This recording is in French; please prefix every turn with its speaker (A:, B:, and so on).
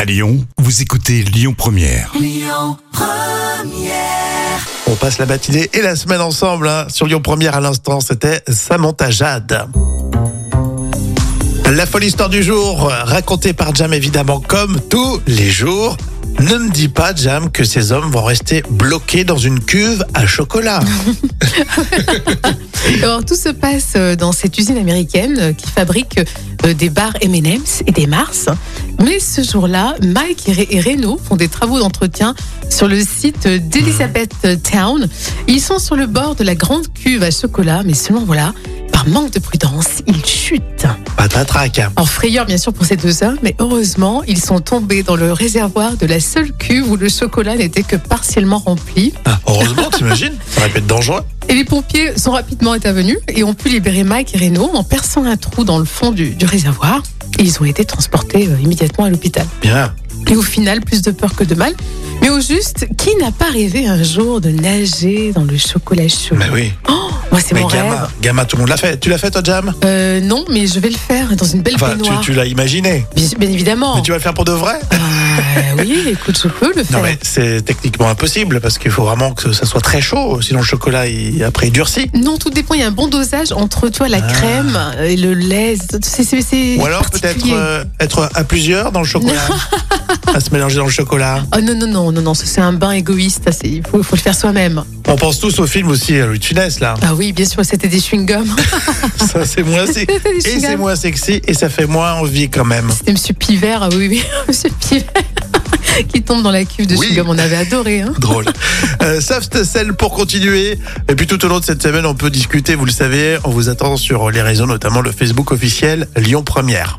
A: À Lyon, vous écoutez Lyon Première.
B: On passe la matinée et la semaine ensemble hein. sur Lyon Première à l'instant, c'était Samantha Jade. La folle histoire du jour, racontée par Jam évidemment comme tous les jours. Ne me dis pas, Jam, que ces hommes vont rester bloqués dans une cuve à chocolat.
C: Alors tout se passe euh, dans cette usine américaine euh, qui fabrique euh, des barres M&M's et des Mars. Mais ce jour-là, Mike et Re- et Reno font des travaux d'entretien sur le site euh, d'Elizabeth Town. Ils sont sur le bord de la grande cuve à chocolat, mais selon voilà, par manque de prudence, ils chutent.
B: Patatrac.
C: En frayeur bien sûr pour ces deux hommes, mais heureusement, ils sont tombés dans le réservoir de la seule cuve où le chocolat n'était que partiellement rempli.
B: Ah, heureusement, t'imagines Ça aurait pu être dangereux.
C: Et les pompiers sont rapidement intervenus et ont pu libérer Mike et Reno en perçant un trou dans le fond du, du réservoir. Et ils ont été transportés euh, immédiatement à l'hôpital.
B: Bien.
C: Et au final, plus de peur que de mal. Mais au juste, qui n'a pas rêvé un jour de nager dans le chocolat chaud
B: Mais oui.
C: Moi, c'est
B: Mais
C: mon rêve.
B: Gamma, Gamma, tout le monde l'a fait. Tu l'as fait, toi, Jam
C: Euh, non, mais je vais le faire dans une belle
B: Enfin, tu,
C: baignoire.
B: tu l'as imaginé.
C: Bien, bien évidemment.
B: Mais tu vas le faire pour de vrai
C: Ah, oui, écoute, je peux le faire.
B: Non, mais c'est techniquement impossible parce qu'il faut vraiment que ça soit très chaud. Sinon, le chocolat, il- après, il durcit.
C: Non, tout dépend. Il y a un bon dosage entre toi la
B: Ah.
C: crème et le lait. C'est c'est- c'est
B: Ou alors peut-être
C: particulier.
B: euh, être à plusieurs dans le chocolat. à se mélanger dans le chocolat.
C: Oh non, non, non, non, non, ça, c'est un bain égoïste, ça, c'est- il faut, faut le faire soi-même.
B: On pense tous au film aussi, à Louis de Funès, là.
C: Ah oui, bien sûr, c'était des chewing-gums.
B: ça, c'est moins sexy.
C: C'était des
B: Et c'est
C: chewing-gums.
B: moins sexy et ça fait moins envie quand même.
C: C'était Monsieur Piver, ah oui, oui, Monsieur Piver, qui tombe dans la cuve de
B: Oui.
C: chewing-gum, on avait adoré. Hein.
B: Drôle. Euh, Saft Cell pour continuer. Et puis tout au long de cette semaine, on peut discuter, vous le savez. On vous attend sur les réseaux, notamment le Facebook officiel Lyon Première.